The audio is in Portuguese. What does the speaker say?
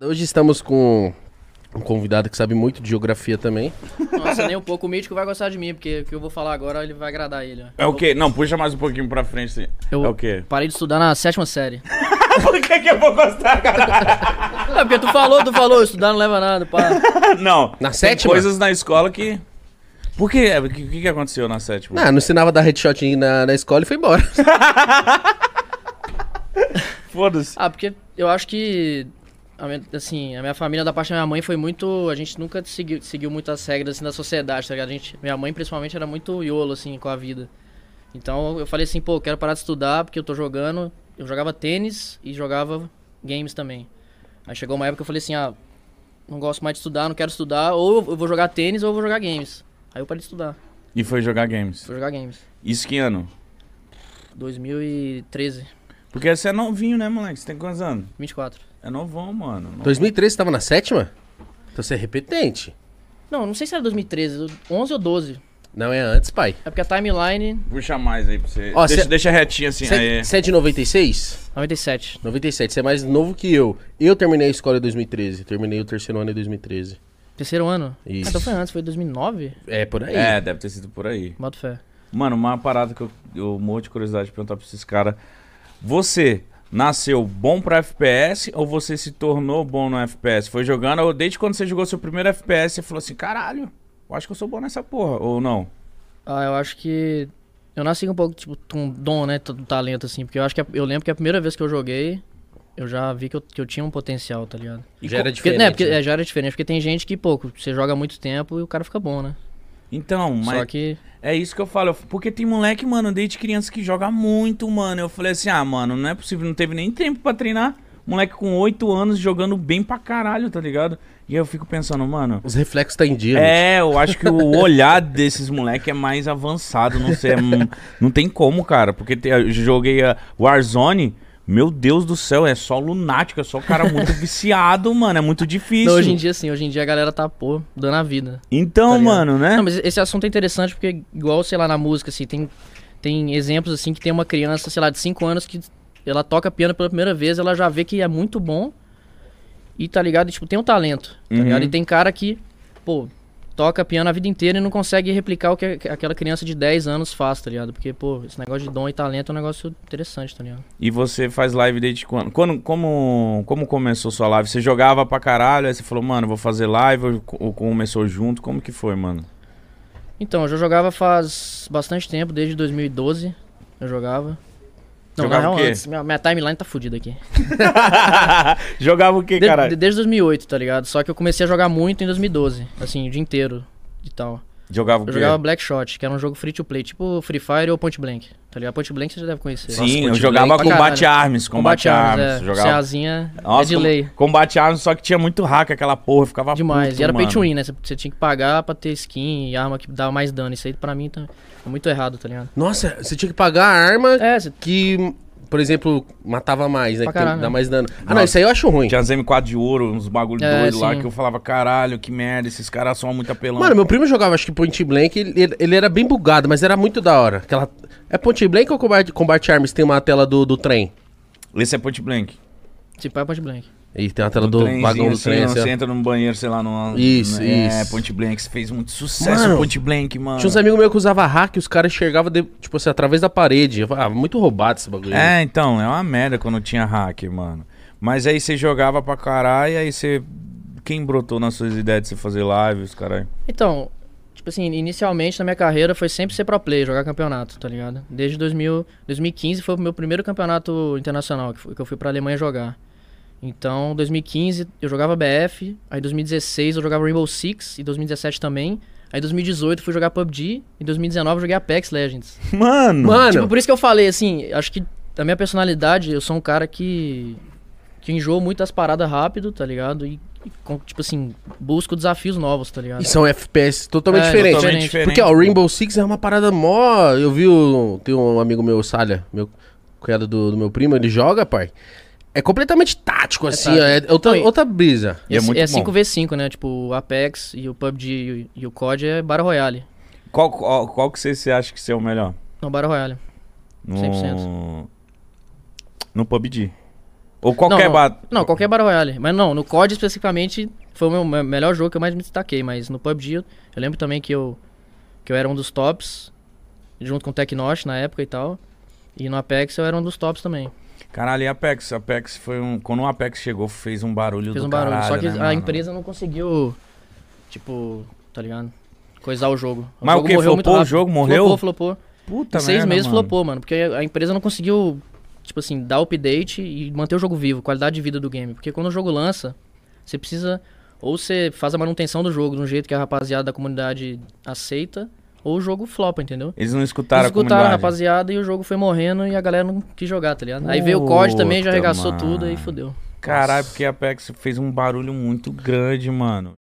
Hoje estamos com um convidado que sabe muito de geografia também. Nossa, nem um pouco. O mítico vai gostar de mim, porque o que eu vou falar agora ele vai agradar ele. ó. É o quê? Não, puxa mais um pouquinho pra frente. sim. Eu É o quê? parei de estudar na sétima série. Ah, Por que, que eu vou gostar, cara? É porque tu falou, tu falou, estudar não leva a nada, pá. Não. Na tem sétima? coisas na escola que. Por quê? O que, que que aconteceu na sétima? Ah, não ensinava a dar headshot na, na escola e foi embora. Foda-se. Ah, porque eu acho que. a minha- Assim, a minha família, da parte da minha mãe, foi muito. A gente nunca seguiu, seguiu muitas regras assim, da sociedade, tá ligado? A gente, minha mãe, principalmente, era muito iolo, assim, com a vida. Então eu falei assim, pô, eu quero parar de estudar porque eu tô jogando. Eu jogava tênis e jogava games também. Aí chegou uma época que eu falei assim, ah, não gosto mais de estudar, não quero estudar, ou eu vou jogar tênis ou eu vou jogar games. Aí eu parei de estudar, E foi jogar games. fui jogar games. Isso que ano? 2013, Porque você é novinho, né, moleque? Você tem quantos anos? 24. É novão, mano. Não- 2013 você tava na sétima? Então você é repetente. Não, não sei se era 2013, 11 ou 12. Não é antes, pai. É porque a timeline. Puxa mais aí pra você. Ó, deixa, cê- deixa retinho assim. aí. Você é de 96? 97. 97, você é mais novo que eu. Eu terminei a escola em 2013, terminei o terceiro ano em 2013. Terceiro ano? Isso. Ah, então foi antes, foi 2009? É por aí. É, deve ter sido por aí. Boto fé. Mano, uma parada que eu, eu morro de curiosidade de perguntar pra esses caras. Você nasceu bom pra FPS ou você se tornou bom no FPS? Foi jogando, ou desde quando você jogou seu primeiro FPS, você falou assim, caralho, eu acho que eu sou bom nessa porra, ou não? Ah, eu acho que. Eu nasci com um pouco, tipo, um dom, né? t- Um talento, assim. Porque eu acho que. a- Eu lembro que a primeira vez que eu joguei, eu já vi que eu, que eu tinha um potencial, tá ligado? E Já co- era Porque, É diferente. né, porque né? é, já era diferente, porque tem gente que, pô, você joga muito tempo e o cara fica bom, né? Então, mas Só que. é isso que eu falo. eu f- Porque tem moleque, mano, desde criança que joga muito, mano. Eu falei assim, ah, mano, não é possível, não teve nem tempo pra treinar. Moleque com 8 anos jogando bem pra caralho, tá ligado? E aí eu fico pensando, mano, Os reflexos tá em dia. né? É, eu acho que o olhar desses moleque é mais avançado, não sei, é um- não tem como, cara, porque te- eu joguei a Warzone, meu Deus do céu, é só lunático, é só cara muito viciado, mano, é muito difícil. Não, hoje em dia, sim, hoje em dia a galera tá, pô, dando a vida. Então, tá ligado? mano, né? Não, mas esse assunto é interessante porque, igual, sei lá, na música, assim, tem, tem exemplos, assim, que tem uma criança, sei lá, de 5 anos que ela toca piano pela primeira vez, ela já vê que é muito bom e, tá ligado, e, tipo, tem um talento, tá Uhum. ligado? E tem cara que, pô, toca piano a vida inteira e não consegue replicar o que a- aquela criança de 10 anos faz, tá ligado? Porque, pô, esse negócio de dom e talento é um negócio interessante, tá ligado? E você faz live desde quando? Quando como como começou sua live? Você jogava pra caralho, aí você falou, mano, vou fazer live, ou, co- ou começou junto? Como que foi, mano? Então, eu já jogava faz bastante tempo, desde 2012 eu jogava. Não, Jogava na o real, quê? antes. Minha, minha timeline tá fudida aqui. jogava o que, De- caralho? de- desde 2008, tá ligado? Só que eu comecei a jogar muito em 2012, assim, o dia inteiro e tal. Jogava o quê? Eu jogava Black Shot, que era um jogo free to play, tipo Free Fire ou Point Blank, tá ligado? Point Blank você já deve conhecer. Sim, Nossa, eu Point jogava Blank pra Combate caralho. Arms, Combate, Arms, é. jogava CAzinha é Nossa, de lei. com- combate arma, só que tinha muito hack aquela porra, eu ficava Demais. puto, e era mano. pay to win, né? Você- Você tinha que pagar pra ter skin e arma que dava mais dano. Isso aí pra mim tá é muito errado, tá ligado? Nossa, você tinha que pagar a arma É, você que, por exemplo, matava mais, né? Pra que tem- caralho. dá mais dano. Ah, não, Nossa. isso aí eu acho ruim. Tinha as M4 de ouro, uns bagulho É, doido lá sim. que eu falava, caralho, que merda, esses caras são muito apelão. Mano, meu primo jogava, acho que Point Blank, ele, ele- ele era bem bugado, mas era muito da hora. Aquela... É Point Blank ou Combat, Combat Arms tem uma tela do, do trem? Esse é Point Blank. se pá, é Point Blank. E tem uma tela do Trenzinho, vagão do assim, trem, assim, ó. Você entra num banheiro, sei lá, numa... Isso, é, isso. Point Blank, isso fez muito sucesso, Mano, Point Blank, mano. Tinha uns amigos meus que usava hack e os caras enxergavam, de- tipo assim, através da parede. Eu falava, Ah, muito roubado esse bagulho. É, então, é uma merda quando tinha hack, mano. Mas aí você jogava pra caralho, aí você... Quem brotou nas suas ideias de você fazer lives, caralho? Então, tipo assim, inicialmente na minha carreira foi sempre ser pro player, jogar campeonato, tá ligado? Desde 2000, 2015 foi o meu primeiro campeonato internacional, que, foi, que eu fui pra Alemanha jogar. Então, 2015 eu jogava BF, aí 2016 eu jogava Rainbow Six, e 2017 também. Aí 2018 eu fui jogar PUBG, e 2019 eu joguei Apex Legends. Mano! Mano, Tipo, por isso que eu falei, assim, acho que a minha personalidade, eu sou um cara que. que enjoa muito as paradas rápido, tá ligado? E, e com- tipo assim, busco desafios novos, tá ligado? e são FPS totalmente É, diferentes. totalmente. Tipo, totalmente diferente. Porque, ó, o Rainbow Six é uma parada mó. Eu vi. O... Tem um amigo meu, o Salha, meu cunhado do, do meu primo, ele joga, pai. É completamente tático, assim, tático. ó, é outra, Não, e- outra brisa. E é muito é bom. 5v5, né? Tipo, o Apex e o PUBG e o, e o COD é Battle Royale. Qual, qual, qual que você, você acha que você é o melhor? Não, Battle Royale. No... 100%. No PUBG. Ou qualquer não, não. ba- Não, qualquer Battle Royale. Mas não, no COD especificamente foi o meu me- melhor jogo que eu mais me destaquei. Mas no PUBG eu, eu lembro também que eu, que eu era um dos tops, junto com o Tecnosh na época e tal. E no Apex eu era um dos tops também. Caralho, e Apex? Apex foi um. Quando o Apex chegou, fez um barulho Fez do um barulho. caralho, só que né, a mano? empresa não conseguiu, tipo, tá ligado? Coisar o jogo. Mas o jogo quê? morreu muito Flopou o rápido. jogo? Morreu? Flopou, flopou. Puta Em seis merda, meses mano. flopou, mano. Porque a empresa não conseguiu, tipo assim, dar update e manter o jogo vivo, qualidade de vida do game. Porque quando o jogo lança, você precisa. Ou você faz a manutenção do jogo de um jeito que a rapaziada da comunidade aceita, ou o jogo flopa, entendeu? Eles não escutaram, Eles a escutaram a Tá, comunidade. rapaziada e o jogo foi morrendo e a galera não quis jogar, tá ligado? Aí veio o COD também, já Puta, arregaçou mano. tudo e fudeu. Caralho, porque a Apex fez um barulho muito grande, mano.